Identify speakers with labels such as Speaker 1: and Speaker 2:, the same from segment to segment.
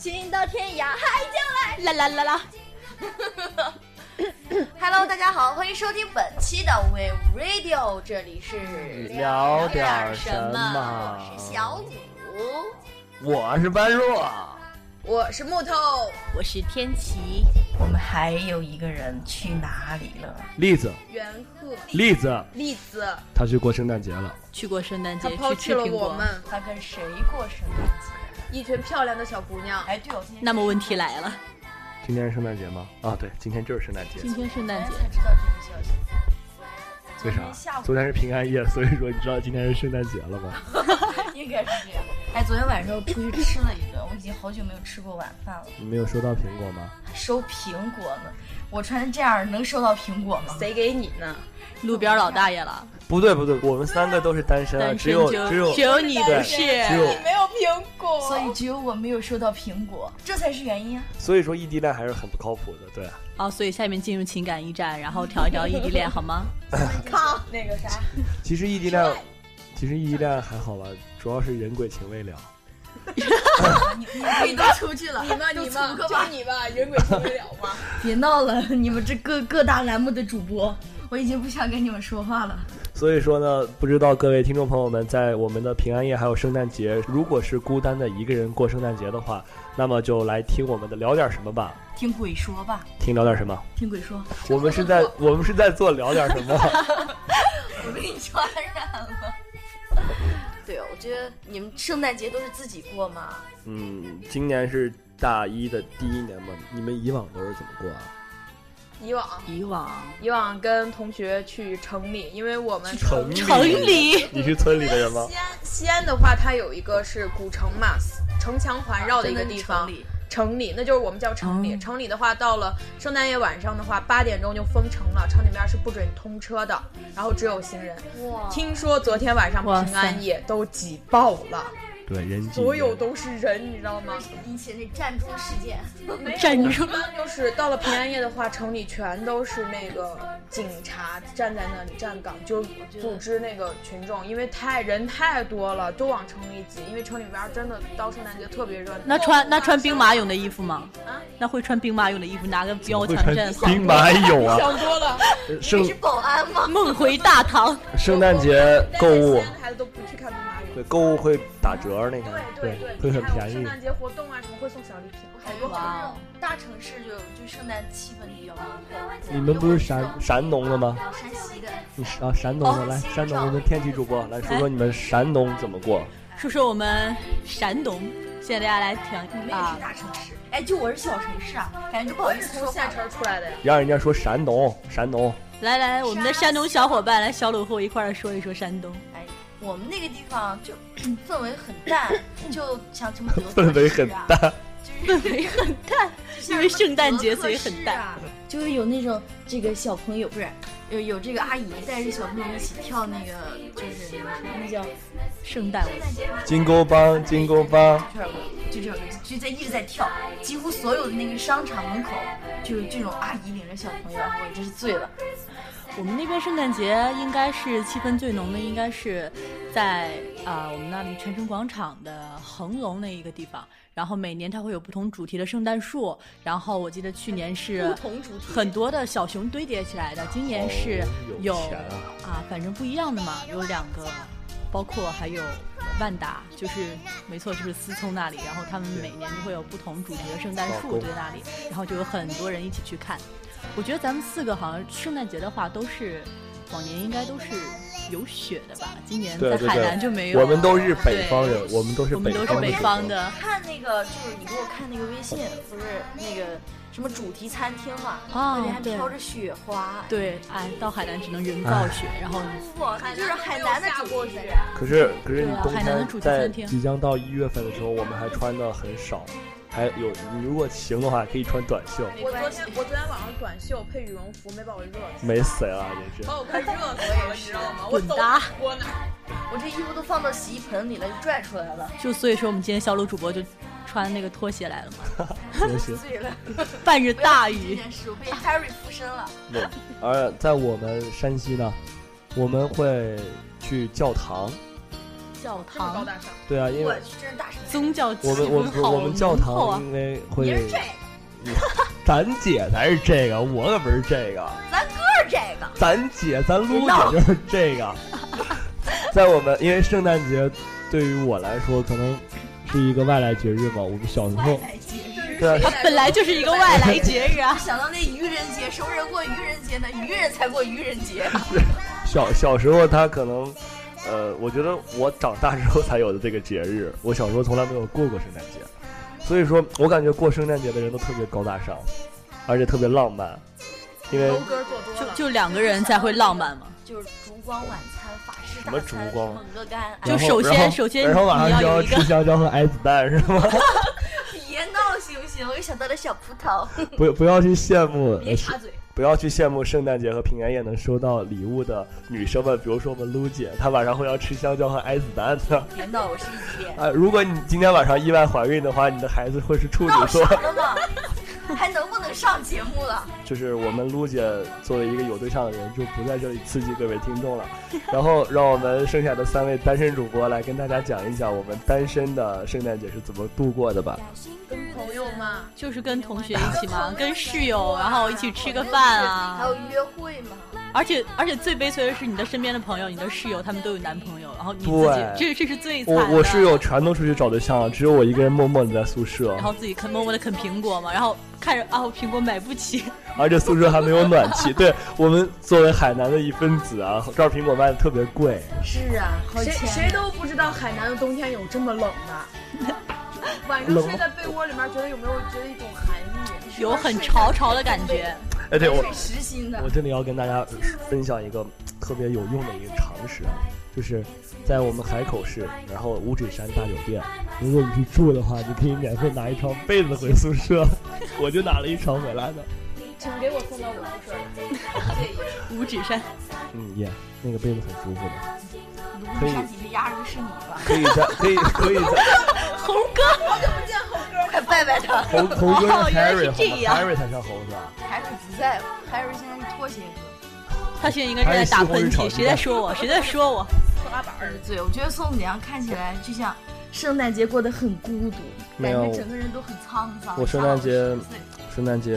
Speaker 1: 天涯海角来。
Speaker 2: 啦啦啦啦！
Speaker 1: Hello，大家好，欢迎收听本期的 We Radio，这里是
Speaker 3: 聊点
Speaker 1: 点
Speaker 3: 儿
Speaker 1: 什
Speaker 3: 什
Speaker 1: 么
Speaker 3: 么
Speaker 1: 我是小五，
Speaker 3: 我是般若，
Speaker 4: 我是木头，
Speaker 2: 我是天琪，
Speaker 1: 我们还有一个人去哪里了？
Speaker 3: 栗子，
Speaker 4: 袁鹤、
Speaker 3: 栗子，
Speaker 4: 栗子，
Speaker 3: 他去过圣诞节了。
Speaker 2: 去过圣诞
Speaker 4: 他
Speaker 2: 节，
Speaker 4: 抛
Speaker 2: 去
Speaker 4: 弃
Speaker 2: 吃
Speaker 4: 了
Speaker 2: 苹
Speaker 4: 我
Speaker 2: 果。
Speaker 4: 们
Speaker 1: 他跟谁过生日节？
Speaker 4: 一群漂亮的小姑娘。
Speaker 1: 哎，对哦，我今天
Speaker 2: 那么问题来了，
Speaker 3: 今天是圣诞节吗？啊，对，今天就是圣诞节。
Speaker 2: 今天圣诞
Speaker 1: 哎
Speaker 2: 节
Speaker 1: 才知道这个消息。
Speaker 3: 为啥
Speaker 1: 昨天下？午
Speaker 3: 啊昨天是平安夜，所以说你知道今天是圣诞节了吗？
Speaker 1: 应该是这样。哎，昨天晚上我出去吃了一顿，我已经好久没有吃过晚饭了。
Speaker 3: 你没有收到苹果吗？
Speaker 1: 收苹果呢？我穿成这样能收到苹果吗？
Speaker 4: 谁给你呢？
Speaker 2: 路边老大爷了，
Speaker 3: 不对不对，我们三个都是单身啊，
Speaker 2: 单
Speaker 3: 只
Speaker 2: 身
Speaker 3: 有
Speaker 2: 就
Speaker 3: 只有
Speaker 2: 只有你不
Speaker 3: 对
Speaker 2: 是，
Speaker 3: 只有，
Speaker 4: 没有苹果
Speaker 1: 所以只有我没有收到苹果，这才是原因啊！
Speaker 3: 所以说异地恋还是很不靠谱的，对啊。
Speaker 2: 哦，所以下面进入情感驿站，然后聊一聊异地恋好吗？
Speaker 4: 靠那个啥，
Speaker 3: 其实异地恋，其实异地恋还好吧，主要是人鬼情未了。
Speaker 1: 你 你
Speaker 4: 你都出去了，你嘛你嘛，就你吧， 人鬼情未了吧。
Speaker 1: 别闹了，你们这各各大栏目的主播，我已经不想跟你们说话了。
Speaker 3: 所以说呢，不知道各位听众朋友们，在我们的平安夜还有圣诞节，如果是孤单的一个人过圣诞节的话，那么就来听我们的聊点什么吧。
Speaker 1: 听鬼说吧，
Speaker 3: 听聊点什么？
Speaker 1: 听鬼说，
Speaker 3: 我们是在 我们是在做聊点什么？
Speaker 1: 我被你传染了。对哦，我觉得你们圣诞节都是自己过吗？
Speaker 3: 嗯，今年是大一的第一年嘛，你们以往都是怎么过啊？
Speaker 4: 以往
Speaker 2: 以往
Speaker 4: 以往跟同学去城里，因为我们
Speaker 3: 城里
Speaker 2: 城里
Speaker 3: 你是村里的人吗？
Speaker 4: 西安西安的话，它有一个是古城嘛，城墙环绕的一个地方。
Speaker 2: 真的是城里
Speaker 4: 城里，那就是我们叫城里。
Speaker 2: 嗯
Speaker 4: 城里的话，到了圣诞夜晚上的话，八点钟就封城了，城里面是不准通车的，然后只有行人。
Speaker 1: 哇
Speaker 4: 听说昨天晚上
Speaker 2: 哇塞
Speaker 4: 平安夜都挤爆了，
Speaker 3: 对，人挤
Speaker 4: 所有都是人，你知道吗？
Speaker 1: 引起那站桩事件，
Speaker 2: 站住
Speaker 4: 一！般就是到了平安夜的话，城里全都是那个警察站在那里站岗，就组织那个群众，因为太人太多了，都往城里挤，因为城里边真的到圣诞节特别热闹。
Speaker 2: 那穿那穿兵马俑的衣服吗？
Speaker 4: 啊，
Speaker 2: 那会穿兵马俑的衣服，拿个标
Speaker 3: 会
Speaker 2: 枪
Speaker 3: 穿
Speaker 2: 站 扫
Speaker 3: 兵马俑 啊！
Speaker 4: 想多了。
Speaker 3: 圣
Speaker 1: 保安吗？
Speaker 2: 梦回大唐，
Speaker 3: 圣诞节购
Speaker 4: 我
Speaker 3: 物
Speaker 4: 们，西安的孩子都不去看兵马俑。
Speaker 3: 对购物会打折那个，
Speaker 4: 对
Speaker 3: 会很
Speaker 4: 还有
Speaker 3: 便
Speaker 4: 圣
Speaker 3: 宜。
Speaker 4: 诞节活动啊，什么会送小礼品，好多好
Speaker 2: 哇
Speaker 4: 多。
Speaker 2: 哦嗯
Speaker 1: 大城市就就圣诞气氛比较浓厚。
Speaker 3: 你们不是山山东的吗？
Speaker 1: 山西的，
Speaker 3: 你是啊，山东的
Speaker 1: 哦
Speaker 3: 来，
Speaker 1: 西
Speaker 3: 山东
Speaker 1: 藏
Speaker 3: 的天气主播来说说你们山东怎么过？
Speaker 2: 说说我们山东，现在大家来
Speaker 1: 你们
Speaker 2: 听
Speaker 1: 也是
Speaker 2: 啊，
Speaker 1: 大城市，哎，就我是小城市啊，感觉就不好意思说
Speaker 4: 从
Speaker 1: 话
Speaker 4: 下
Speaker 1: 了。
Speaker 4: 城出来的呀，
Speaker 3: 让人家说山东，山东
Speaker 2: 来来，我们的山东小伙伴来小鲁后一块儿说一说山东。
Speaker 1: 哎，我们那个地方就 氛围很淡，就像什么德克士啊 就
Speaker 3: 氛围很淡，
Speaker 1: 是
Speaker 2: 氛围很淡，因为圣诞节所以很淡。
Speaker 1: 像什么德克士啊，就是有那种这个小朋友不是有有这个阿姨带着小朋友一起跳那个就是什么那叫
Speaker 2: 圣诞舞，
Speaker 3: 金钩帮，金钩帮，
Speaker 1: 就这种就在一直在跳，几乎所有的那个商场门口就有这种阿姨领着小朋友，我真是醉了。
Speaker 2: 我们那边圣诞节应该是气氛最浓的，应该是在啊、我们那里泉城广场的恒隆那一个地方。然后每年它会有不同主题的圣诞树，然后我记得去年是
Speaker 4: 不同主题
Speaker 2: 很多的小熊堆叠起来的，今年是
Speaker 3: 哦
Speaker 2: 有
Speaker 3: 有钱啊
Speaker 2: 啊，反正不一样的嘛，有两个，包括还有呃万达，就是没错，就是思聪那里，然后他们每年就会有不同主题的圣诞树
Speaker 3: 老公
Speaker 2: 在那里，然后就有很多人一起去看。我觉得咱们四个好像圣诞节的话都是往年应该都是有雪的吧，今年
Speaker 3: 对
Speaker 2: 在
Speaker 3: 对
Speaker 2: 海南就
Speaker 3: 对，
Speaker 2: 没有。
Speaker 3: 我们都是北方人，我们都是
Speaker 2: 我们都是
Speaker 3: 方的
Speaker 2: 北
Speaker 3: 主
Speaker 2: 方
Speaker 3: 播。
Speaker 2: 的，
Speaker 1: 看那个就是你给我看那个微信，不是那个什么主题餐厅嘛，
Speaker 2: 啊
Speaker 1: 而且还
Speaker 2: 对
Speaker 1: 飘着雪花，
Speaker 2: 对，哎，到海南只能人造雪，然后
Speaker 1: 哇，就是海南的主题餐厅。
Speaker 3: 可是可是你
Speaker 2: 对啊
Speaker 3: 冬
Speaker 2: 海南的
Speaker 3: 天
Speaker 2: 主题
Speaker 3: 在
Speaker 2: 餐厅
Speaker 3: 即将到一月份的时候，我们还穿的很少，还有你如果行的话可以穿短袖，
Speaker 4: 我昨天我昨天晚上短袖配羽绒服，没把我热死，
Speaker 3: 美死了真是
Speaker 2: 哦
Speaker 4: 把。我快热死了，你知道吗？我
Speaker 2: 滚
Speaker 4: 走
Speaker 2: 蛋
Speaker 4: 我哪儿？
Speaker 1: 我这衣服都放到洗衣盆里了，就拽出来了。
Speaker 2: 就所以说我们今天小鲁主播就穿那个拖鞋来了嘛，
Speaker 3: 真 是
Speaker 1: 醉了，
Speaker 2: 伴着大
Speaker 1: 这
Speaker 2: 雨。
Speaker 1: 件事我被 Harry 附身了。
Speaker 3: 对，而在我们山西呢，我们会去教堂，
Speaker 2: 教
Speaker 4: 这么高
Speaker 2: 堂，
Speaker 4: 大上，
Speaker 3: 对啊，因
Speaker 1: 我
Speaker 3: 为
Speaker 1: 去，真是大神。
Speaker 2: 哎宗教气
Speaker 3: 我们我
Speaker 2: 氛
Speaker 3: 们
Speaker 2: 好
Speaker 3: 我们教
Speaker 2: 浓厚啊
Speaker 3: 堂因为
Speaker 1: 你
Speaker 3: 会
Speaker 1: 是，这个，
Speaker 3: 咱姐才是这个，我可不是这个，
Speaker 1: 咱哥是这个，
Speaker 3: 咱姐咱撸
Speaker 1: 知道
Speaker 3: 姐就是这 个。在我们因为圣诞节对于我来说可能是一个外来节日嘛，我们小时候
Speaker 1: 外来节
Speaker 4: 这是
Speaker 1: 日。
Speaker 3: 对啊
Speaker 4: 谁
Speaker 2: 它
Speaker 4: 来
Speaker 2: 本来就是一个外来节日
Speaker 1: 我
Speaker 2: 啊。
Speaker 1: 想到那愚人节，什么人过愚人节呢？愚人才过愚人节。
Speaker 3: 小小时候他可能，呃，我觉得我长大之后才有的这个节日，我小时候从来没有过过圣诞节，所以说我感觉过圣诞节的人都特别高大上，而且特别浪漫，因为
Speaker 4: 楼哥做多
Speaker 2: 就
Speaker 4: 了，
Speaker 2: 就两个人才会浪漫嘛。
Speaker 1: 就是烛光晚餐、法式
Speaker 3: 什
Speaker 1: 大
Speaker 3: 么
Speaker 1: 餐、
Speaker 3: 烛光
Speaker 1: 什么鹅肝，
Speaker 2: 就
Speaker 3: 然后
Speaker 2: 首先
Speaker 3: 然后
Speaker 2: 首先
Speaker 3: 然后晚
Speaker 2: 你
Speaker 3: 上
Speaker 2: 要
Speaker 3: 就
Speaker 2: 有
Speaker 3: 要
Speaker 2: 一
Speaker 3: 吃
Speaker 2: 个
Speaker 3: 香蕉和挨子弹是 吗？
Speaker 1: 别闹行不行？我又想到了小葡萄，
Speaker 3: 不不要去羡慕，
Speaker 1: 别
Speaker 3: 呃
Speaker 1: 插嘴。
Speaker 3: 不要去羡慕圣诞节和平安夜能收到礼物的女生们，比如说我们撸姐，她晚上会要吃香蕉和挨子弹的。
Speaker 1: 别闹，我是异 地恋。
Speaker 3: 啊、如果你今天晚上意外怀孕的话，你的孩子会是处女
Speaker 1: 闹
Speaker 3: 座
Speaker 1: 啥。了吗？还能不能上节目了？
Speaker 3: 就是我们撸姐作为一个有对象的人，就不在这里刺激各位听众 了。然后让我们剩下的三位单身主播来跟大家讲一讲我们单身的圣诞节是怎么度过的吧。
Speaker 4: 跟朋友嘛，
Speaker 2: 就是跟同学一起 嘛，跟室友，然后一起吃个饭
Speaker 1: 还
Speaker 2: 啊。
Speaker 1: 有约会吗？
Speaker 2: 而且而且最悲催的是，你的身边的朋友、你的室友，他们都有男朋友，然后你自己
Speaker 3: 对，
Speaker 2: 这这是最惨
Speaker 3: 我
Speaker 2: 的。
Speaker 3: 我室友全都出去找对象了，只有我一个人默默的在宿舍
Speaker 2: 然，后自己啃默默的啃苹果嘛，然后看着啊，我苹果买不起，
Speaker 3: 而且宿舍还没有暖气。对我们作为海南的一分子啊，这儿苹果卖的特别贵。
Speaker 1: 是啊，
Speaker 4: 谁谁都不知道海南的冬天有这么冷的，晚上
Speaker 3: 冷
Speaker 4: 睡在被窝里面，觉得有没有觉得一种寒意？
Speaker 2: 有很潮潮的感觉。
Speaker 3: 哎，对我
Speaker 1: 挺实心的
Speaker 3: 我。真的要跟大家分享一个特别有用的一个常识啊，就是在我们海口市，然后五指山大酒店，如果你去住的话，你可以免费拿一床被子回宿舍，我就拿了一床回来的。
Speaker 4: 请给我送到我宿舍来。
Speaker 2: 五指山，
Speaker 3: 嗯，耶、那个被子很舒服的，
Speaker 1: 庐山底下压着的是你吧？
Speaker 3: 可以在可以可以在
Speaker 2: 猴哥，
Speaker 1: 快拜拜他！
Speaker 3: 猴猴哥
Speaker 2: 哦
Speaker 3: 是
Speaker 2: 原来
Speaker 3: Harry
Speaker 2: 是
Speaker 3: 好
Speaker 2: 这样
Speaker 3: 吗？Harry 才像猴子啊，
Speaker 1: 海瑞不在乎，海瑞现在是拖鞋哥。
Speaker 2: 他现在应该是在打喷
Speaker 3: 还是西红柿炒
Speaker 2: 嚏，
Speaker 3: 鸡蛋
Speaker 2: 谁在说我？谁在说我？
Speaker 1: 儿子，我觉得宋子阳看起来就像圣诞节过得很孤独，
Speaker 3: 没
Speaker 1: 感
Speaker 3: 有
Speaker 1: 觉整个人都很沧桑。
Speaker 3: 我圣诞节
Speaker 1: 苍老了十岁
Speaker 3: 圣诞节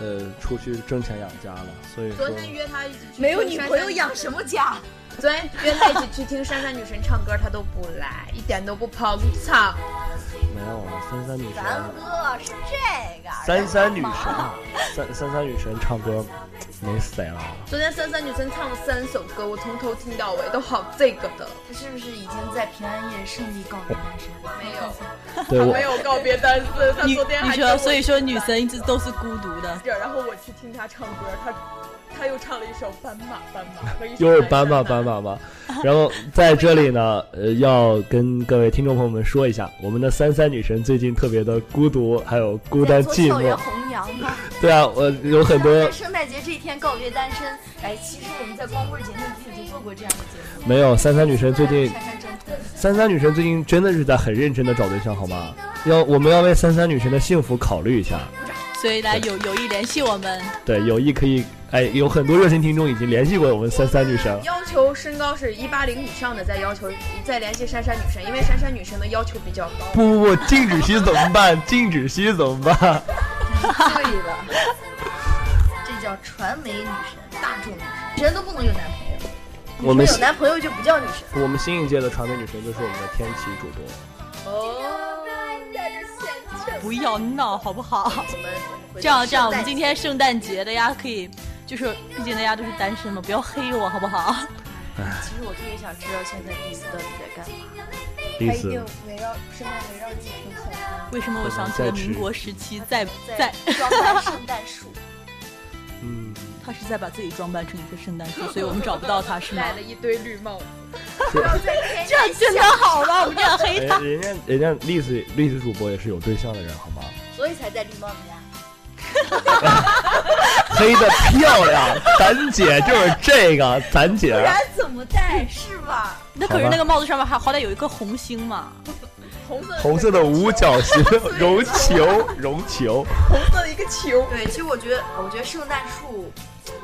Speaker 3: 呃出去挣钱养家了，所以说
Speaker 4: 昨天约他一起去，
Speaker 1: 没有女朋友养什么家？
Speaker 4: 昨天约他一起去听珊珊女神唱歌，他都不来，一点都不捧场。
Speaker 3: 没有啊，三三女
Speaker 1: 咱
Speaker 3: 神啊。
Speaker 1: 哥是这个，
Speaker 3: 三三女神啊，三三三女神唱歌没谁 了。
Speaker 4: 昨天珊珊女神唱了三首歌，我从头听到尾，都好这个的，
Speaker 1: 他是不是已经在平安夜胜利告别单身？
Speaker 4: 没有
Speaker 3: 对
Speaker 4: 她
Speaker 3: 我
Speaker 4: 没，有告别单身，她
Speaker 2: 你
Speaker 4: 昨天
Speaker 2: 你
Speaker 4: 还跟
Speaker 2: 说，
Speaker 4: 我
Speaker 2: 所以说女神一直都是孤独的。
Speaker 4: 然后我去听她唱歌，她她又唱了一首《斑马斑马》和一首《
Speaker 3: 又是斑马斑马吧。然后在这里呢，呃，要跟各位听众朋友们说一下，我们的三三女神最近特别的孤独，还有孤
Speaker 1: 在
Speaker 3: 单
Speaker 1: 做
Speaker 3: 寂
Speaker 1: 校园
Speaker 3: 寞。
Speaker 1: 弘扬吗？
Speaker 3: 对啊，我有 很多
Speaker 1: 在圣诞节这一天告别单身。哎，其实我们在光棍节那天已经做过这样的节目。
Speaker 3: 没有三三女神最近
Speaker 1: 珊珊征婚，
Speaker 3: 三三女神最近真的是在很认真的找对象，好吗？要我们要为三三女神的幸福考虑一下。
Speaker 2: 所以来有有意联系我们，
Speaker 3: 对，有意可以，哎，有很多热心听众已经联系过我们三三女神了。
Speaker 4: 要求身高是一八零以上的，再要求再联系珊珊女神，因为珊珊女神的要求比较高。
Speaker 3: 不不不，静止息怎么办？静止息怎么办？
Speaker 1: 对了， 这叫传媒女神、大众女神，人都不能有男朋友。
Speaker 3: 我们
Speaker 1: 你说有男朋友就不叫女神。
Speaker 3: 我们新一届的传媒女神就是我们的天琪主播，
Speaker 4: 哦，
Speaker 2: 不要闹好不好？
Speaker 1: 我们回到
Speaker 2: 这样这样，
Speaker 1: 圣
Speaker 2: 我
Speaker 1: 诞
Speaker 2: 们今天圣诞节大家可以，就是毕竟大家都是单身嘛，不要黑我好不好？
Speaker 1: 其实我特别想知道现在 diss 到底在干嘛。
Speaker 3: 丽
Speaker 1: 哎
Speaker 3: 丝。
Speaker 4: 围绕身高围绕结婚彩虹。
Speaker 2: 为什么我想起了民国时期 在在
Speaker 1: 在装扮圣诞树，
Speaker 3: 嗯，
Speaker 2: 他是在把自己装扮成一个圣诞 树，所以我们找不到他是吗
Speaker 4: 戴？了一堆绿帽子，
Speaker 2: 这样真的好吗？我们这样黑他，
Speaker 3: 哎人人家人家丽丝丽丝主播也是有对象的人，好 吗？
Speaker 1: 所以才戴绿帽子呀。
Speaker 3: 黑的漂亮，咱姐就是这个，咱姐
Speaker 1: 不然怎么戴 是吧？
Speaker 2: 那可是那个帽子上面还好歹有一颗红星嘛。
Speaker 4: 红色
Speaker 3: 红色的五角形绒球，绒球。
Speaker 4: 红色的一个球。
Speaker 1: 对，其实我觉得，我觉得圣诞树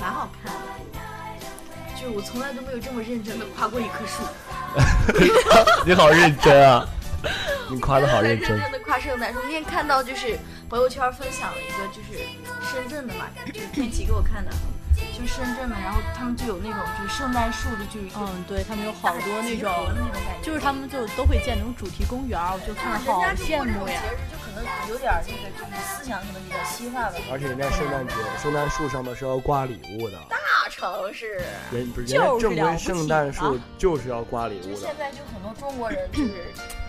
Speaker 1: 蛮好看的，就我从来都没有这么认真的跨过一棵树，
Speaker 3: 你好认真啊！你夸的好
Speaker 1: 很
Speaker 3: 认
Speaker 1: 认
Speaker 3: 真。
Speaker 1: 真的跨圣诞树。那天看到就是朋友圈分享了一个就是深圳的嘛，就是天琪给我看的，就深圳的，然后他们就有那种就是圣诞树的，就是一个
Speaker 2: 嗯，对他们有好多那
Speaker 1: 集合
Speaker 2: 种，
Speaker 1: 的那种
Speaker 5: 嗯
Speaker 1: 感觉，
Speaker 2: 就是他们就都会建那种主题公园儿，我就看着好羡慕呀。
Speaker 1: 就可能有点儿那个，就是思想可能比较西化吧。
Speaker 5: 而且人家圣诞节，圣诞树上面是要挂礼物的，
Speaker 1: 大城市，
Speaker 5: 人不是
Speaker 2: 就是
Speaker 5: 人家正
Speaker 2: 了不
Speaker 5: 规
Speaker 2: 起
Speaker 5: 圣诞树
Speaker 2: 啊
Speaker 5: 就是要挂礼
Speaker 1: 就
Speaker 5: 物
Speaker 1: 现
Speaker 5: 的。
Speaker 1: 在就很多中国人就是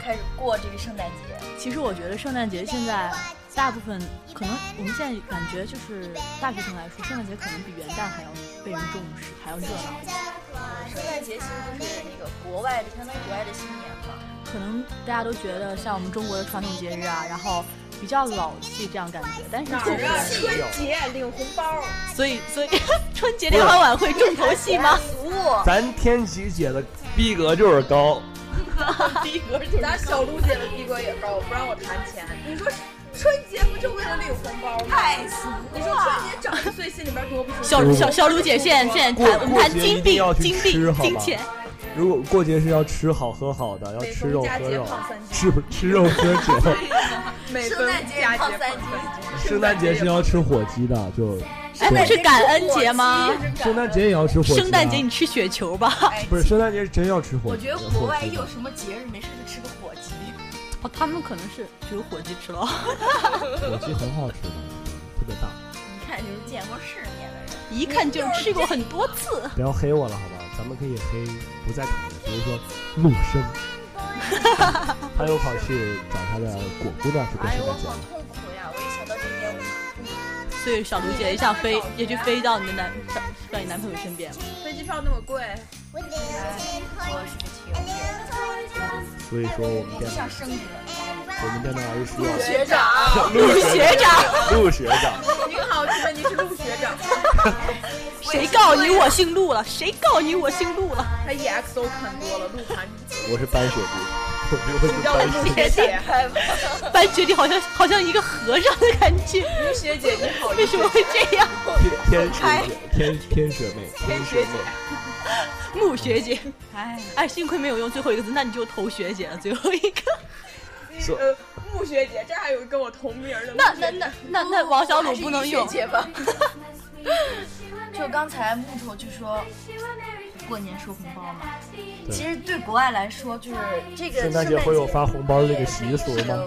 Speaker 1: 开始过这个圣诞节，
Speaker 2: 其实我觉得圣诞节现在大部分可能我们现在感觉就是大学生来说，圣诞节可能比元旦还要被人重视，还要热闹。
Speaker 1: 啊圣诞节其实就是那个国外的，相当于国外的新年嘛。
Speaker 2: 可能大家都觉得像我们中国的传统节日啊，然后比较老气这样感觉，但是
Speaker 4: 哪
Speaker 2: 就是
Speaker 4: 儿啊？
Speaker 5: 是
Speaker 4: 春节领红包，
Speaker 2: 所以所以春节联欢晚会重头戏吗？
Speaker 1: 服，
Speaker 3: 咱天琪姐的逼格就是高，
Speaker 2: 逼格就是
Speaker 4: 咱小璐姐的逼格也高，不让我谈钱。你说春节不就为了领红包吗？
Speaker 1: 太俗了。
Speaker 4: 你说春节长一岁，心里边多不舒服。
Speaker 2: 小小小卢姐现在现在
Speaker 3: 过
Speaker 2: 谈我们
Speaker 3: 过
Speaker 2: 谈
Speaker 3: 节
Speaker 2: 金
Speaker 3: 一定
Speaker 2: 币
Speaker 3: 要去
Speaker 2: 金币
Speaker 3: 吃好
Speaker 2: 金
Speaker 3: 吧
Speaker 2: 钱，
Speaker 3: 如果过节是要吃好喝好的，要
Speaker 4: 每
Speaker 3: 吃
Speaker 4: 逢
Speaker 3: 肉
Speaker 4: 佳
Speaker 3: 喝
Speaker 4: 节
Speaker 3: 肉，
Speaker 4: 胖三斤，
Speaker 3: 吃吃肉喝酒。
Speaker 4: 每逢
Speaker 1: 圣诞节
Speaker 4: 佳节
Speaker 1: 胖三
Speaker 4: 胖三
Speaker 1: 斤
Speaker 4: 斤，
Speaker 3: 圣诞节是要吃火鸡的，就
Speaker 2: 哎，不是感恩节吗？
Speaker 3: 圣诞节也要吃火鸡、啊。
Speaker 2: 圣诞节你吃雪球吧？
Speaker 4: 哎
Speaker 3: 不是圣诞节是真要吃火
Speaker 1: 我
Speaker 3: 鸡
Speaker 1: 觉
Speaker 3: 的。
Speaker 1: 得国外
Speaker 3: 火
Speaker 1: 一
Speaker 3: 鸡的
Speaker 1: 有什么节日，没事就吃个火鸡。
Speaker 2: 哦，他们可能是只有火鸡吃了，
Speaker 3: 火鸡很好吃的，特别大。
Speaker 1: 你看，就是见过世面的人。
Speaker 2: 一看就是吃过很多次。
Speaker 3: 不要黑我了，好吧？咱们可以黑不在场的，比如说陆生，他有跑去找他的果姑娘去过
Speaker 1: 哎
Speaker 3: 圣
Speaker 1: 呦，我
Speaker 3: 诞节
Speaker 1: 好。痛苦呀！我一想到这些，
Speaker 2: 所以小卢姐也想飞，也去飞到你的男到到你男朋友身边了。
Speaker 4: 飞机票那么贵，
Speaker 1: 哎我是个球，
Speaker 3: 所以说我们
Speaker 1: 就
Speaker 3: 电
Speaker 1: 像
Speaker 3: 台，
Speaker 1: 升职。
Speaker 3: 我们电台还是需要
Speaker 4: 学长，
Speaker 2: 陆学长，
Speaker 3: 陆学长。
Speaker 4: 你好，请问你是陆学长？
Speaker 2: 谁告你我姓陆了？谁告你我姓陆了？
Speaker 4: 他 EXO 看多了，陆盘
Speaker 3: 我是班学弟，我是
Speaker 4: 叫我
Speaker 3: 班
Speaker 4: 陆
Speaker 3: 学弟。
Speaker 4: 学姐，
Speaker 2: 班学弟好像好像一个和尚的感觉，
Speaker 4: 陆学姐你好，
Speaker 2: 为什么会这样？
Speaker 3: 天天学姐，天天学妹，
Speaker 4: 天
Speaker 3: 学
Speaker 4: 学
Speaker 3: 妹
Speaker 4: 姐。
Speaker 2: 穆学姐，
Speaker 1: 哎，
Speaker 2: 哎，幸亏没有用最后一个字，那你就投学姐了，最后一个。
Speaker 3: 说
Speaker 4: 呃，穆学姐，这还有跟我同名的。
Speaker 2: 那那那那那王小鲁不能用。
Speaker 1: 姐吧。 就刚才木头就说过年收红包嘛，
Speaker 3: 对
Speaker 1: 其实对国外来说，就是这个
Speaker 3: 圣诞节会有发红包这个习俗吗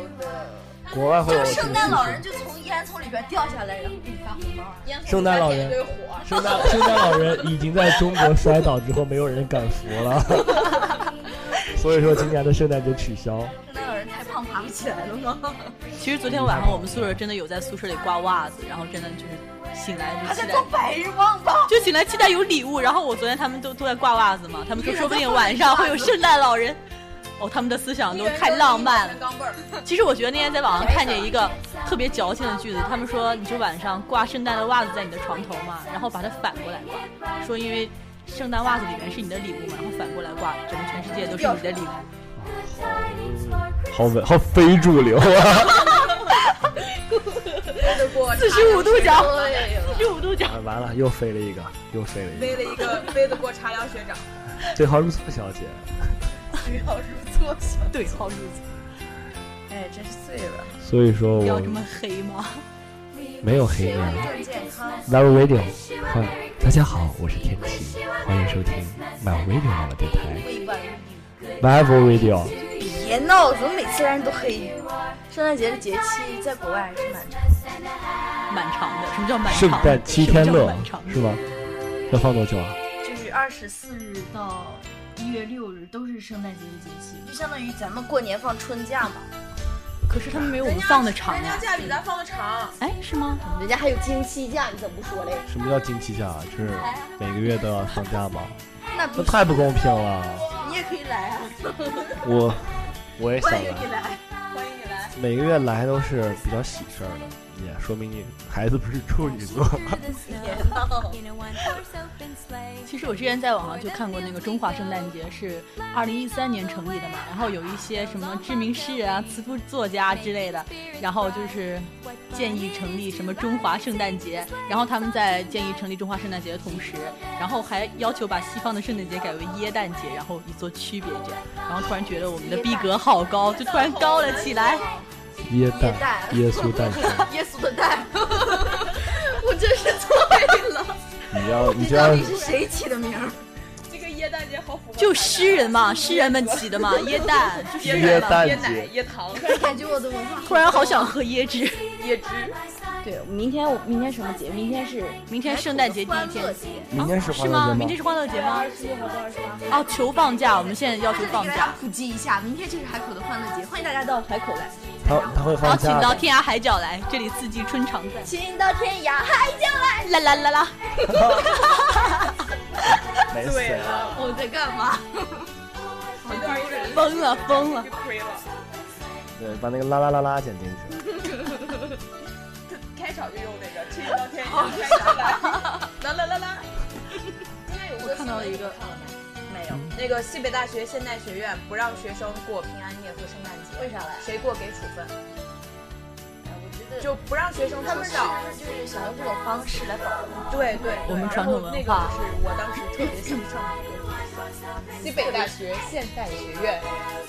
Speaker 3: 国外会
Speaker 1: 就
Speaker 3: 有
Speaker 1: 是
Speaker 3: 这个
Speaker 1: 圣
Speaker 3: 习
Speaker 1: 诞老人
Speaker 3: 俗。
Speaker 1: 哦就从烟囱里边掉下来，然后给你发红包啊。
Speaker 3: 圣诞老人
Speaker 4: 一堆火，
Speaker 3: 圣诞圣诞老人已经在中国摔倒之后，没有人敢扶了，所以说今年的圣诞节取消。
Speaker 1: 圣诞老人太胖爬不起来了吗？
Speaker 2: 其实昨天晚上我们宿舍真的有在宿舍里挂袜子，然后真的就是醒来
Speaker 1: 他
Speaker 2: 就
Speaker 1: 在
Speaker 2: 期
Speaker 1: 做
Speaker 2: 待，
Speaker 1: 白日梦吧？
Speaker 2: 就醒来期待有礼物。然后我昨天他们都都在挂袜子嘛，他们说说不定晚上会有圣诞老人。哦，他们的思想都太浪漫了。
Speaker 4: 钢镚儿，
Speaker 2: 其实我觉得那天在网上看见一个特别矫情的句子，他们说你就晚上挂圣诞的袜子在你的床头嘛，然后把它反过来挂，说因为圣诞袜子里面是你的礼物嘛，然后反过来挂，整个全世界都是你的礼物。
Speaker 3: 好文，好非主流 啊！
Speaker 4: 这就过
Speaker 2: 四十五度
Speaker 1: 哎
Speaker 2: 角
Speaker 4: 对，
Speaker 2: 四十五度角，
Speaker 3: 啊完了，又飞了一个，又飞了一个。
Speaker 4: 背了一个背得过茶凉学长，
Speaker 3: 对号入座，小姐。
Speaker 4: 需要入座小。
Speaker 2: 对号入座，
Speaker 1: 哎，真是醉了。
Speaker 3: 所以说
Speaker 2: 要
Speaker 3: 我
Speaker 2: 这么黑吗？
Speaker 3: 没有黑面。
Speaker 1: 更健康。
Speaker 3: Love Radio，欢大家好，我是天琪，欢迎收听 My Radio 网络电台。
Speaker 1: 微半
Speaker 3: Vivo Radio，
Speaker 1: 别闹，怎么每次让人都黑你？圣诞节的节期在国外还是蛮长的。
Speaker 2: 漫长的，什么叫漫长？
Speaker 3: 圣诞七天
Speaker 2: 什么叫
Speaker 3: 乐
Speaker 2: 漫长
Speaker 3: 是吗？要放多久啊？
Speaker 1: 就是二十四日到一月六日都是圣诞节的节气，就相当于咱们过年放春假嘛，
Speaker 2: 可是他们没有我们放的长
Speaker 4: 人家
Speaker 2: 呀。
Speaker 4: 假比咱放的长，
Speaker 2: 哎，是吗？
Speaker 6: 人家还有经期假，你怎么不说嘞？
Speaker 3: 什么叫经期假？是每个月都要放假吗？
Speaker 1: 那不
Speaker 3: 那太不公平了！
Speaker 1: 你也可以来啊，
Speaker 3: 我我也想来，
Speaker 1: 来。
Speaker 4: 欢迎你来。
Speaker 3: 每个月来都是比较喜事儿的。也说明你孩子不是处女座。
Speaker 2: 其实我之前在网上就看过那个中华圣诞节是二零一三年成立的嘛，然后有一些什么知名诗人啊、词赋作家之类的，然后就是建议成立什么中华圣诞节，然后他们在建议成立中华圣诞节的同时，然后还要求把西方的圣诞节改为耶诞节，然后以做区别这样，然后突然觉得我们的逼格好高，就突然高了起来。
Speaker 3: 耶
Speaker 1: 耶
Speaker 3: 诞，
Speaker 1: 诞，
Speaker 3: 耶稣诞生，
Speaker 1: 耶稣的诞， 我真是醉了。
Speaker 3: 你要你就
Speaker 1: 到
Speaker 3: 要
Speaker 1: 底是谁起的名儿？
Speaker 4: 这个耶诞节好符合
Speaker 2: 就诗人嘛，诗人们起的嘛，耶诞就诗
Speaker 3: 耶
Speaker 2: 人嘛，
Speaker 3: 诞
Speaker 4: 椰奶、
Speaker 3: 节，
Speaker 4: 椰糖、
Speaker 1: 感觉我的文化
Speaker 2: 突然好想喝椰汁。
Speaker 4: 椰汁。
Speaker 6: 对，明天我明天什么节？明天是哎
Speaker 2: 明天圣诞节第一
Speaker 1: 欢乐
Speaker 2: 天。
Speaker 1: 节，
Speaker 3: 明天是
Speaker 2: 是
Speaker 3: 欢乐
Speaker 2: 吗？
Speaker 3: 节
Speaker 2: 明天是欢乐节吗
Speaker 6: 二？十六号到二十八号。
Speaker 2: 啊，求放假，我们现在要求
Speaker 1: 这里
Speaker 2: 放
Speaker 1: 给大家
Speaker 2: 假，
Speaker 1: 普及一下，明天就是海口的欢乐节，欢迎大家到海口来，
Speaker 3: 他他会
Speaker 2: 然后
Speaker 3: 放
Speaker 2: 请
Speaker 3: 假
Speaker 2: 到
Speaker 3: 的。
Speaker 2: 天涯海角来，这里四季春常在。
Speaker 1: 请到天涯海角来。
Speaker 2: 啦啦啦啦！
Speaker 3: 没
Speaker 4: 对
Speaker 3: 谁
Speaker 4: 了，
Speaker 1: 我在干嘛？
Speaker 4: 这段有点
Speaker 2: 疯了疯了
Speaker 4: 就！亏了。
Speaker 3: 对，把那个啦啦啦啦剪进去。
Speaker 4: 开场就用那个“亲到天涯海角来”，啦啦啦啦。今天有个
Speaker 2: 我看到了一个
Speaker 4: 没有，那个西北大学现代学院不让学生过平安夜和圣诞节，
Speaker 1: 为啥来？
Speaker 4: 谁过给处分，
Speaker 1: 我觉得
Speaker 4: 就不让学生
Speaker 1: 他
Speaker 4: 出
Speaker 1: 们是
Speaker 4: 校。
Speaker 1: 就是想用这种方式来保护
Speaker 4: 对对，
Speaker 2: 我们
Speaker 4: 对
Speaker 2: 传统文
Speaker 4: 然后那个
Speaker 2: 化
Speaker 4: 就是我当时特别想上的一个西北大学现代学院。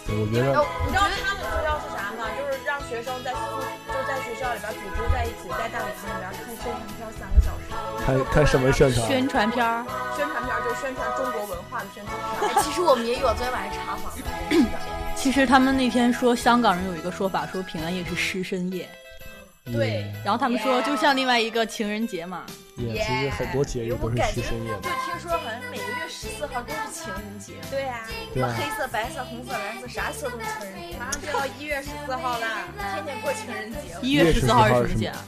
Speaker 3: 对我觉得
Speaker 1: 哦
Speaker 4: 你知道他们目标是啥吗？就是让学生在宿就在学校里边组织在一起，在大礼堂里边看宣传片三个小时。
Speaker 3: 看看什么宣传
Speaker 2: 宣，传片儿，
Speaker 4: 宣传片就是宣传中国文化的宣传片。
Speaker 1: 哎，其实我们也有，昨天晚上查访了。
Speaker 2: 其实他们那天说香港人有一个说法，说平安夜是失身夜，
Speaker 3: 嗯
Speaker 4: 对，
Speaker 2: 然后他们说就像另外一个情人节嘛，
Speaker 3: 也其实很多节日都是师生夜
Speaker 1: 就
Speaker 3: 的，
Speaker 1: 听说好像每个月十四号都是情人节，
Speaker 4: 对啊呀、
Speaker 3: 对啊吧？
Speaker 1: 黑色、白色、红色、蓝色，啥色都是情人节，
Speaker 4: 马上就要一月十四号啦，
Speaker 1: 天天过情人节。
Speaker 2: 一月
Speaker 3: 月
Speaker 2: 十四
Speaker 3: 14
Speaker 2: 号
Speaker 3: 号
Speaker 2: 是
Speaker 3: 是什么
Speaker 2: 什么节
Speaker 3: 节
Speaker 2: 啊？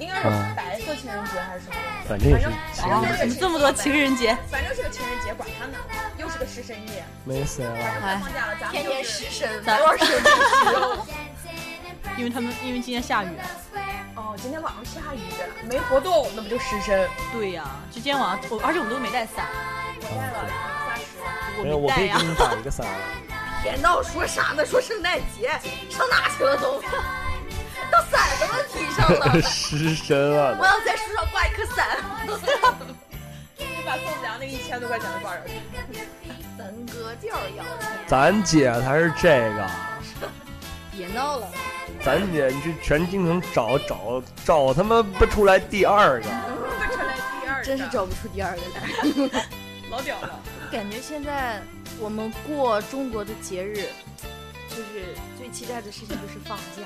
Speaker 4: 应该是白色情人节还是什么？
Speaker 3: 反正也是情
Speaker 6: 哎
Speaker 4: 反
Speaker 3: 人节，
Speaker 4: 正
Speaker 2: 哦怎么这么多情人节？
Speaker 4: 反正是个情人节，管他呢，又是个师生夜，
Speaker 3: 没啊谁
Speaker 4: 反
Speaker 3: 了。
Speaker 4: 正快放假了，咱们
Speaker 1: 天
Speaker 4: 就
Speaker 1: 天
Speaker 4: 是
Speaker 1: 失身，
Speaker 2: 咱
Speaker 1: 多少身
Speaker 2: 因为他们因为今天下雨。
Speaker 4: 哦，今天晚上下雨，没活动，那不就失身？
Speaker 2: 对呀、就今天晚上我，而且我们都没带伞，
Speaker 4: 我带了三十，
Speaker 2: 我
Speaker 3: 没有，我
Speaker 2: 没
Speaker 3: 可
Speaker 2: 带
Speaker 3: 以
Speaker 2: 呀、
Speaker 3: 给你打一个伞啊。，
Speaker 1: 别闹，说啥呢？说圣诞节，上哪去了都？ 到伞的问题上了
Speaker 3: 失身
Speaker 1: 我
Speaker 3: 啊！
Speaker 1: 要在树上挂一颗伞。
Speaker 4: 你把宋子阳那一千多块钱的挂上去。
Speaker 1: 咱哥调儿要钱，
Speaker 3: 咱姐才是这个，
Speaker 1: 别闹了，
Speaker 3: 咱姐你这全京城找找找他妈不出来第二个。
Speaker 4: 不成来第二个，
Speaker 1: 真是找不出第二个来。
Speaker 4: 老屌了。
Speaker 1: 感觉现在我们过中国的节日，就是最期待的事情就是放假；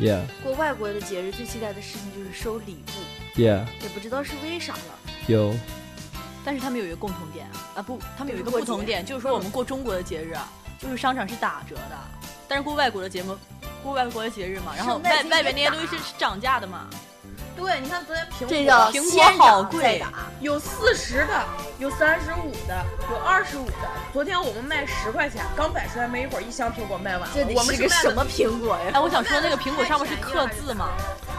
Speaker 3: 耶
Speaker 1: 过外国的节日，最期待的事情就是收礼物，
Speaker 3: 耶，
Speaker 1: 也不知道是为啥了。
Speaker 3: 有
Speaker 2: 但是他们有一个共同点啊，不，他们有一个不同点，就是说我们过中国的节日啊，就是商场是打折的，但是过外国的节目，过外国的节日嘛，然后
Speaker 1: 圣诞
Speaker 2: 外
Speaker 1: 节
Speaker 2: 外边那
Speaker 1: 也
Speaker 2: 些
Speaker 1: 打
Speaker 2: 东西是是涨价的嘛，
Speaker 4: 对，你看昨天苹
Speaker 1: 这
Speaker 4: 果
Speaker 1: 叫
Speaker 2: 苹果
Speaker 1: 先
Speaker 2: 好
Speaker 1: 涨
Speaker 2: 贵
Speaker 1: 再打
Speaker 4: 有四十的，有三十五的，有二十五的。昨天我们卖十块钱，刚摆出来没一会儿，一箱苹果卖完
Speaker 1: 这
Speaker 4: 了。
Speaker 1: 得
Speaker 4: 我们
Speaker 1: 是个啊
Speaker 4: 卖
Speaker 1: 什
Speaker 4: 的
Speaker 1: 么苹果呀？
Speaker 2: 哎，我想说那个苹果上面是刻字嘛，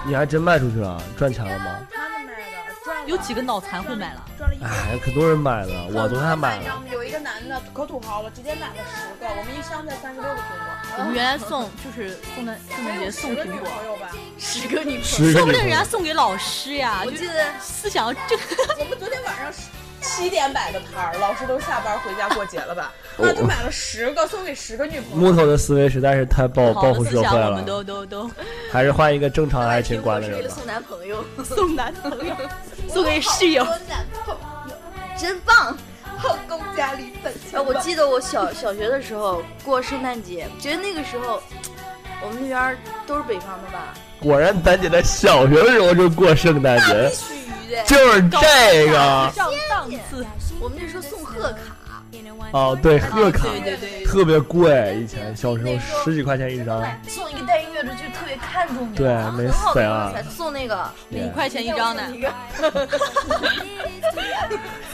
Speaker 3: 你还真卖出去了，赚钱了吗？
Speaker 4: 他们卖的，赚了
Speaker 2: 有几个脑残会买了？
Speaker 4: 赚了一百。
Speaker 3: 哎，可多人买了，我昨天还买
Speaker 4: 你知道
Speaker 3: 了。
Speaker 4: 吗？有一个男的可土豪了，直接买了十个，我们一箱才三十六个苹
Speaker 2: 我们原来送就是送诞圣
Speaker 4: 果，
Speaker 2: 诞节送
Speaker 4: 送
Speaker 2: 苹
Speaker 4: 女
Speaker 2: 果，
Speaker 4: 朋友吧。
Speaker 1: 十个女朋友，
Speaker 3: 十
Speaker 2: 说
Speaker 3: 个
Speaker 2: 不
Speaker 3: 女
Speaker 2: 定
Speaker 3: 朋
Speaker 2: 人
Speaker 3: 友
Speaker 2: 家，送给老师呀，
Speaker 1: 我
Speaker 2: 就
Speaker 1: 记得
Speaker 2: 思想要正，
Speaker 4: 我们昨天晚上十七点摆的摊儿，老师都下班回家过节了吧？那就买了十个，送给十个女朋友。
Speaker 3: 木头的思维实在是太报
Speaker 2: 好
Speaker 3: 哦报
Speaker 2: 的
Speaker 3: 复
Speaker 2: 思
Speaker 3: 社
Speaker 2: 想
Speaker 3: 会
Speaker 2: 我们
Speaker 3: 了，
Speaker 2: 都都都
Speaker 3: 还是换一个正常爱情
Speaker 1: 苹果
Speaker 3: 观
Speaker 1: 是
Speaker 3: 的
Speaker 1: 为了
Speaker 3: 人 吧。
Speaker 1: 送男朋友，
Speaker 2: 送男朋友，送给室友，
Speaker 1: 真棒！
Speaker 4: 后宫佳丽本
Speaker 1: 哎，我记得我小小学的时候过圣诞节，觉得那个时候我们那边儿都是北方的吧，
Speaker 3: 果然，咱姐在小学的时候就过圣诞 节，
Speaker 1: 须的。
Speaker 3: 就是这个
Speaker 2: 上档次，
Speaker 1: 我们那时候送贺卡，
Speaker 3: 哦，对，贺卡
Speaker 2: 对对对，
Speaker 3: 特别贵，以前小时候十几块钱一张，
Speaker 1: 送一个带音乐的就特别看重你，
Speaker 3: 对
Speaker 1: 然后
Speaker 3: 没
Speaker 1: 很好的
Speaker 3: 死
Speaker 1: 朋友
Speaker 3: 啊
Speaker 1: 才送那个。
Speaker 2: 五块钱一张呢。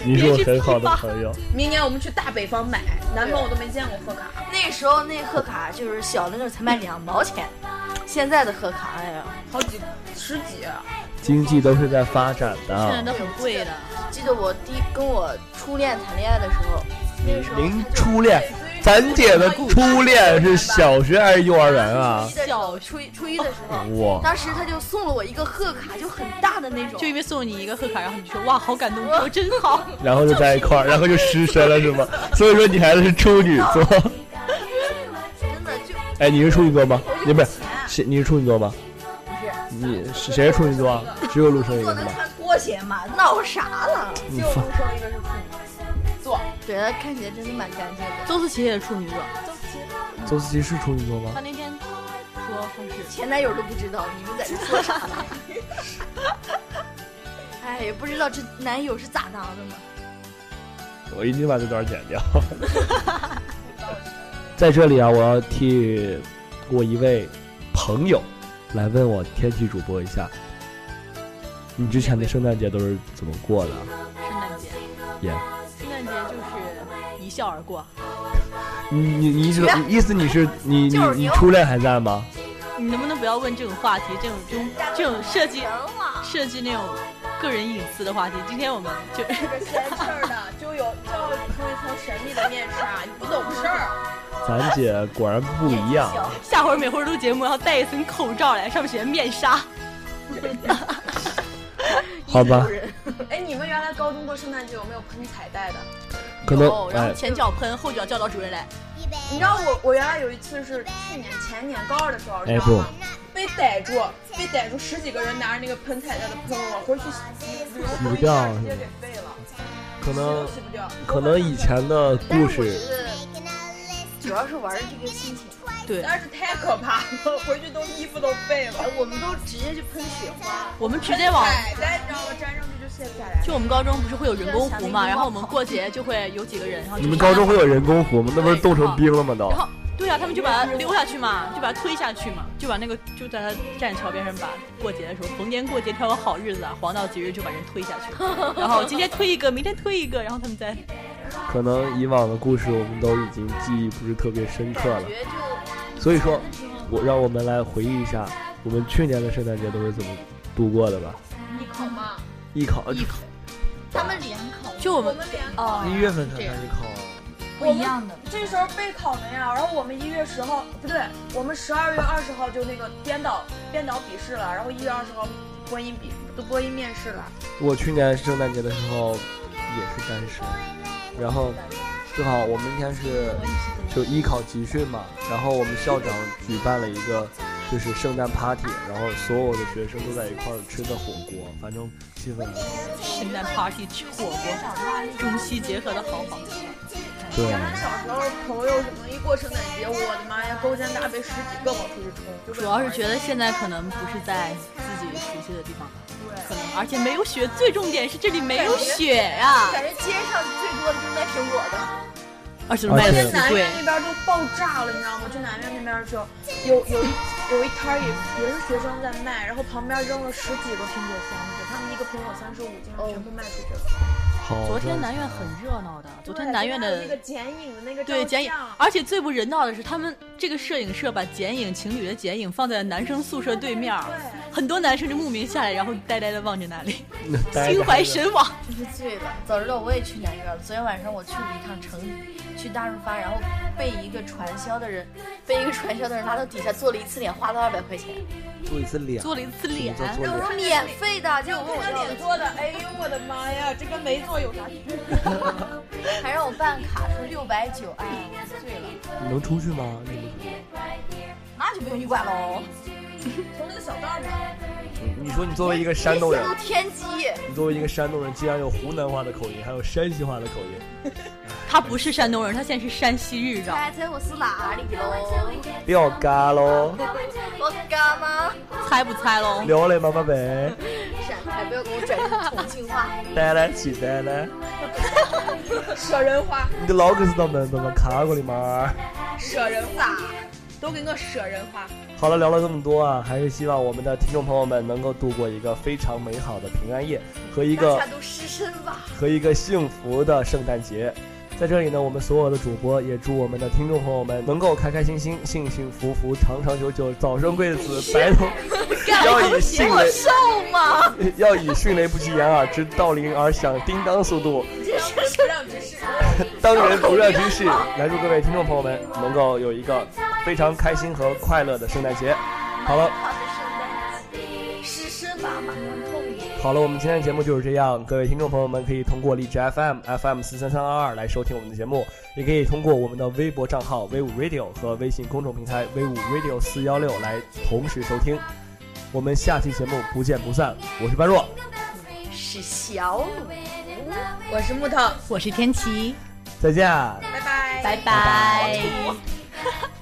Speaker 3: 你是我很好的朋友，
Speaker 4: 明年我们去大北方买，南方我都没见过贺卡。
Speaker 1: 那时候那贺卡就是小的那时候才卖两毛钱，现在的贺卡，哎呀，
Speaker 4: 好几十几，啊
Speaker 3: 经济都是在发展
Speaker 2: 现在
Speaker 3: 的。
Speaker 2: 都很贵的。
Speaker 1: 记得我第跟我初恋谈恋爱的时候，那个时候
Speaker 3: 您初恋，咱姐的初恋是小学还是幼儿园啊？
Speaker 1: 小初一初一的时候，
Speaker 3: 哇，
Speaker 1: 当时他就送了我一个贺卡，就很大的那种，
Speaker 2: 就因为送你一个贺卡，然后你说哇，好感动，我真 好。
Speaker 3: 然后就在一块儿，然后就失身了是 吗？所以说你还是处女座。
Speaker 1: 真的就
Speaker 3: 哎，你是处女座吗？你不是
Speaker 1: 钱啊
Speaker 3: 谁？你是处女座吗？
Speaker 1: 不是。
Speaker 3: 你是谁是处女座啊？只有陆生一
Speaker 1: 做
Speaker 3: 个
Speaker 1: 能
Speaker 3: 是吗？
Speaker 1: 穿拖鞋吗？闹啥了？
Speaker 3: 你
Speaker 4: 就
Speaker 3: 放
Speaker 4: 陆生一个是处女，
Speaker 1: 对他看起来真的蛮干净的。
Speaker 2: 周思齐也是处女座，
Speaker 3: 周思琪是处女座吗
Speaker 2: 她？那天说她是
Speaker 1: 前男友都不知道你们在这说啥呢。哎，也不知道这男友是咋当的嘛。
Speaker 3: 我一定把这段剪掉。 在这里啊，我要替我一位朋友来问我天气主播一下，你之前的圣诞节都是怎么过的？
Speaker 2: 圣诞节，
Speaker 3: 耶、
Speaker 2: 圣诞节就是一笑而过。
Speaker 3: 你你你意思意思你是你你你初恋还在吗？
Speaker 2: 你能不能不要问这种话题，这种这种这种涉及涉及那种个人隐私的话题？今天我们就
Speaker 4: 这闲事儿的就有就要出一层神秘的面纱，你不懂事儿。啊
Speaker 3: 咱姐果然不一 样。
Speaker 2: 下回每回录节目要戴一层口罩来，上面写面纱。
Speaker 3: 好吧，
Speaker 4: 哎，你们原来高中过圣诞节有没有喷彩带的？
Speaker 3: 可能
Speaker 2: 有哦然后
Speaker 3: 哎，
Speaker 2: 前脚喷，后脚叫到主任来。
Speaker 4: 你知道我我原来有一次是去年前年高二的时候，
Speaker 3: 哎
Speaker 4: 知道吗？被逮住，被逮住十几个人拿着那个喷彩带的喷我，回去流
Speaker 3: 洗不
Speaker 4: 风一
Speaker 3: 掉
Speaker 4: 下
Speaker 3: 是
Speaker 4: 直接
Speaker 3: 吗
Speaker 4: 给废了，
Speaker 3: 可
Speaker 4: 洗都
Speaker 3: 能
Speaker 4: 洗不掉。
Speaker 3: 可能以前的故
Speaker 1: 我
Speaker 3: 事
Speaker 1: 觉得主要是玩儿这个心情。
Speaker 2: 对，
Speaker 4: 但是太可怕了，回去都衣服都废了
Speaker 1: 哎，。我们都直接就喷雪花，
Speaker 2: 我们直接往
Speaker 4: 彩带你知道吗？粘上去就卸不下来。
Speaker 2: 就我们高中不是会有人工湖嘛，然后我们过节就会有几个人，然后就
Speaker 3: 你们高中会有人工湖吗？那不是冻成冰了吗？都
Speaker 2: 然后对啊，他们就把它溜下去嘛，就把它推下去嘛，就把那个就在他站桥边上把过节的时候，逢年过节挑个好日子啊，黄道吉日就把人推下去，然后今天推一个，明天推一个，然后他们再
Speaker 3: 可能以往的故事我们都已经记忆不是特别深刻了
Speaker 1: 感，觉就
Speaker 3: 所以说，我让我们来回忆一下我们去年的圣诞节都是怎么度过的吧。
Speaker 4: 你考吗？
Speaker 3: 艺考，
Speaker 2: 艺考
Speaker 1: 他们联考
Speaker 2: 就我
Speaker 4: 我
Speaker 2: 们
Speaker 4: 们联考，
Speaker 2: 哦
Speaker 5: 一月份才开始考啊，
Speaker 1: 不一样的，
Speaker 4: 这时候备考了呀。然后我们一月十号不对，我们十二月二十号就那个编导编导笔试了，然后一月二十号播音笔播音面试了。
Speaker 5: 我去年圣诞节的时候也是单身，然后正好我们那天是就艺考集训嘛，然后我们校长举办了一个就是圣诞 party，然后所有的学生都在一块儿吃的火锅，反正气氛蛮好的。
Speaker 2: 圣诞 party 吃火锅，中西结合的好好。
Speaker 3: 对
Speaker 4: 原，来小时候朋友什么一过圣诞节，我的妈呀，勾肩搭背十几个往出去冲，就
Speaker 2: 主要是觉得现在可能不是在自己熟悉的地方，可
Speaker 4: 对，
Speaker 2: 能而且没有雪，最重点是这里没有雪啊，
Speaker 1: 感觉街上最多的就是卖苹果的，
Speaker 2: 而且卖的
Speaker 3: 而且
Speaker 2: 很
Speaker 4: 南
Speaker 2: 贵
Speaker 4: 苑。那边都爆炸了，你知道吗？就南苑那边就有有一有一摊儿也也是学生在卖，然后旁边扔了十几个苹果箱子，他们一个苹果三十五斤，
Speaker 2: 哦
Speaker 4: 全部卖出去了。
Speaker 3: 好，
Speaker 2: 昨天南苑很热闹的，昨天南苑
Speaker 4: 对
Speaker 2: 的
Speaker 4: 那个剪影的那个
Speaker 2: 对
Speaker 4: 照
Speaker 2: 剪影
Speaker 4: 相，
Speaker 2: 而且最不人道的是，他们这个摄影社把剪影情侣的剪影放在男生宿舍对面儿，很多男生就慕名下来，然后呆呆的望着那里，
Speaker 3: 呆
Speaker 2: 心
Speaker 3: 着
Speaker 2: 怀神往。
Speaker 1: 真是醉了。早知道我也去南苑，昨天晚上我去了一趟城里，去大润发，然后被一个传销的人，被一个传销的人拉到底下做了一次脸，花了二百块 钱，
Speaker 5: 做一次脸，
Speaker 2: 做了一
Speaker 5: 什
Speaker 2: 次
Speaker 5: 么
Speaker 2: 脸，
Speaker 5: 叫做
Speaker 1: 我
Speaker 5: 脸？
Speaker 1: 说免费的，结果问我
Speaker 4: 他
Speaker 1: 要
Speaker 4: 脸做的，哎呦我的妈呀，这跟没做有啥区别？
Speaker 1: 还让我办卡，说六百九，哎，我醉了，
Speaker 5: 你能出去吗？你们
Speaker 1: 那就不用你管哦喽。
Speaker 4: 从那个小道儿嘛，
Speaker 5: 你说你作为一个
Speaker 1: 没
Speaker 5: 山
Speaker 1: 想
Speaker 5: 东人，
Speaker 1: 到天机，
Speaker 5: 你作为一个山东人，竟然有湖南话的口音，还有山西话的口音，
Speaker 2: 他不是山东人，他现在是山西日照。
Speaker 1: 猜猜我是哪里喽？
Speaker 5: 撂嘎喽，
Speaker 1: 我干吗？
Speaker 2: 猜不 猜喽？
Speaker 5: 聊嘞妈妈呗，
Speaker 1: 闪开，不要给我转成重庆 话。
Speaker 5: 呆来起呆来，
Speaker 4: 舍人花，
Speaker 5: 你的老可是到门怎么卡过里嘛？
Speaker 4: 舍人花，都给我舍人花。
Speaker 5: 好了，聊了这么多啊，还是希望我们的听众朋友们能够度过一个非常美好的平安夜和一
Speaker 1: 大
Speaker 5: 个
Speaker 1: 家都失身吧。
Speaker 5: 和一个幸福的圣诞节。
Speaker 3: 在这里呢，我们所有的主播也祝我们的听众朋友们能够开开心心、幸幸福福、长长久久、早生贵子、白头。要以迅雷， 要以迅雷不及掩耳之盗铃而响叮当速度，当仁不让之势，来祝各位听众朋友们能够有一个非常开心和快乐的圣诞节。好了，
Speaker 1: 好的圣诞节，湿湿麻麻的痛一点。
Speaker 3: 好了，我们今天的节目就是这样。各位听众朋友们可以通过荔枝 FM FM 四三三二二来收听我们的节目，也可以通过我们的微博账号 V 五 Radio 和微信公众平台 V 五 Radio 四幺六来同时收听。我们下期节目不见不散。我是般若，
Speaker 1: 是小鲁，
Speaker 4: 我是木头，
Speaker 2: 我是天琪，
Speaker 3: 再见。
Speaker 4: 拜拜。
Speaker 2: 拜拜
Speaker 1: 拜